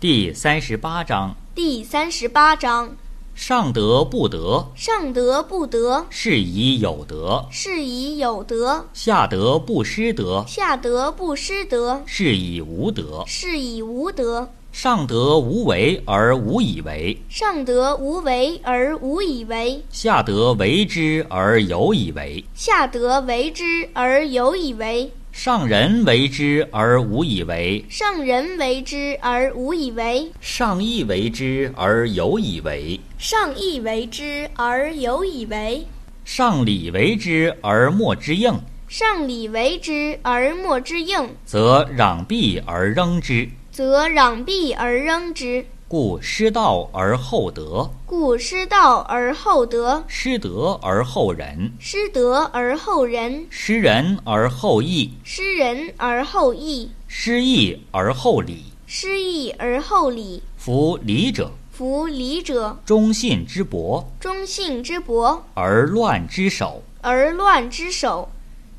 第三十八章：第三十八章：上德不德，上德不德，是以有德；是以有德；下德不失德，下德不失德，是以无德。是以无德。上德无为而无以为，上德无为而无以为，下德为之而有以为。下德为之而有以为，上人为之而无以为，上人为之而无以为，上义为之而有以为，上义为之而有以为，上礼为之而莫之应，上礼为之而莫之应，则攘臂而扔之。则攘臂而扔之。故失道而后德，故失道而后德，失德而后仁，失德而后仁，失仁而后义，失仁而后义，失义而后礼。失义而后礼。夫礼者，夫礼者，忠信之薄，忠信之薄，而乱之首；而乱之首；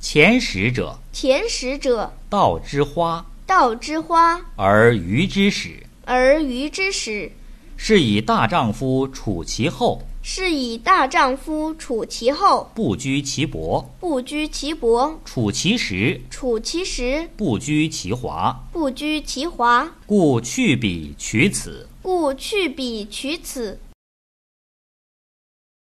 前识者，前识者，道之花，道之花，而愚之始。而愚之始。是以大丈夫处其厚，是以大丈夫处其厚，不居其薄；不居其薄，处其实，处其实，不居其华。不居其华。故去彼取此。故去彼取此。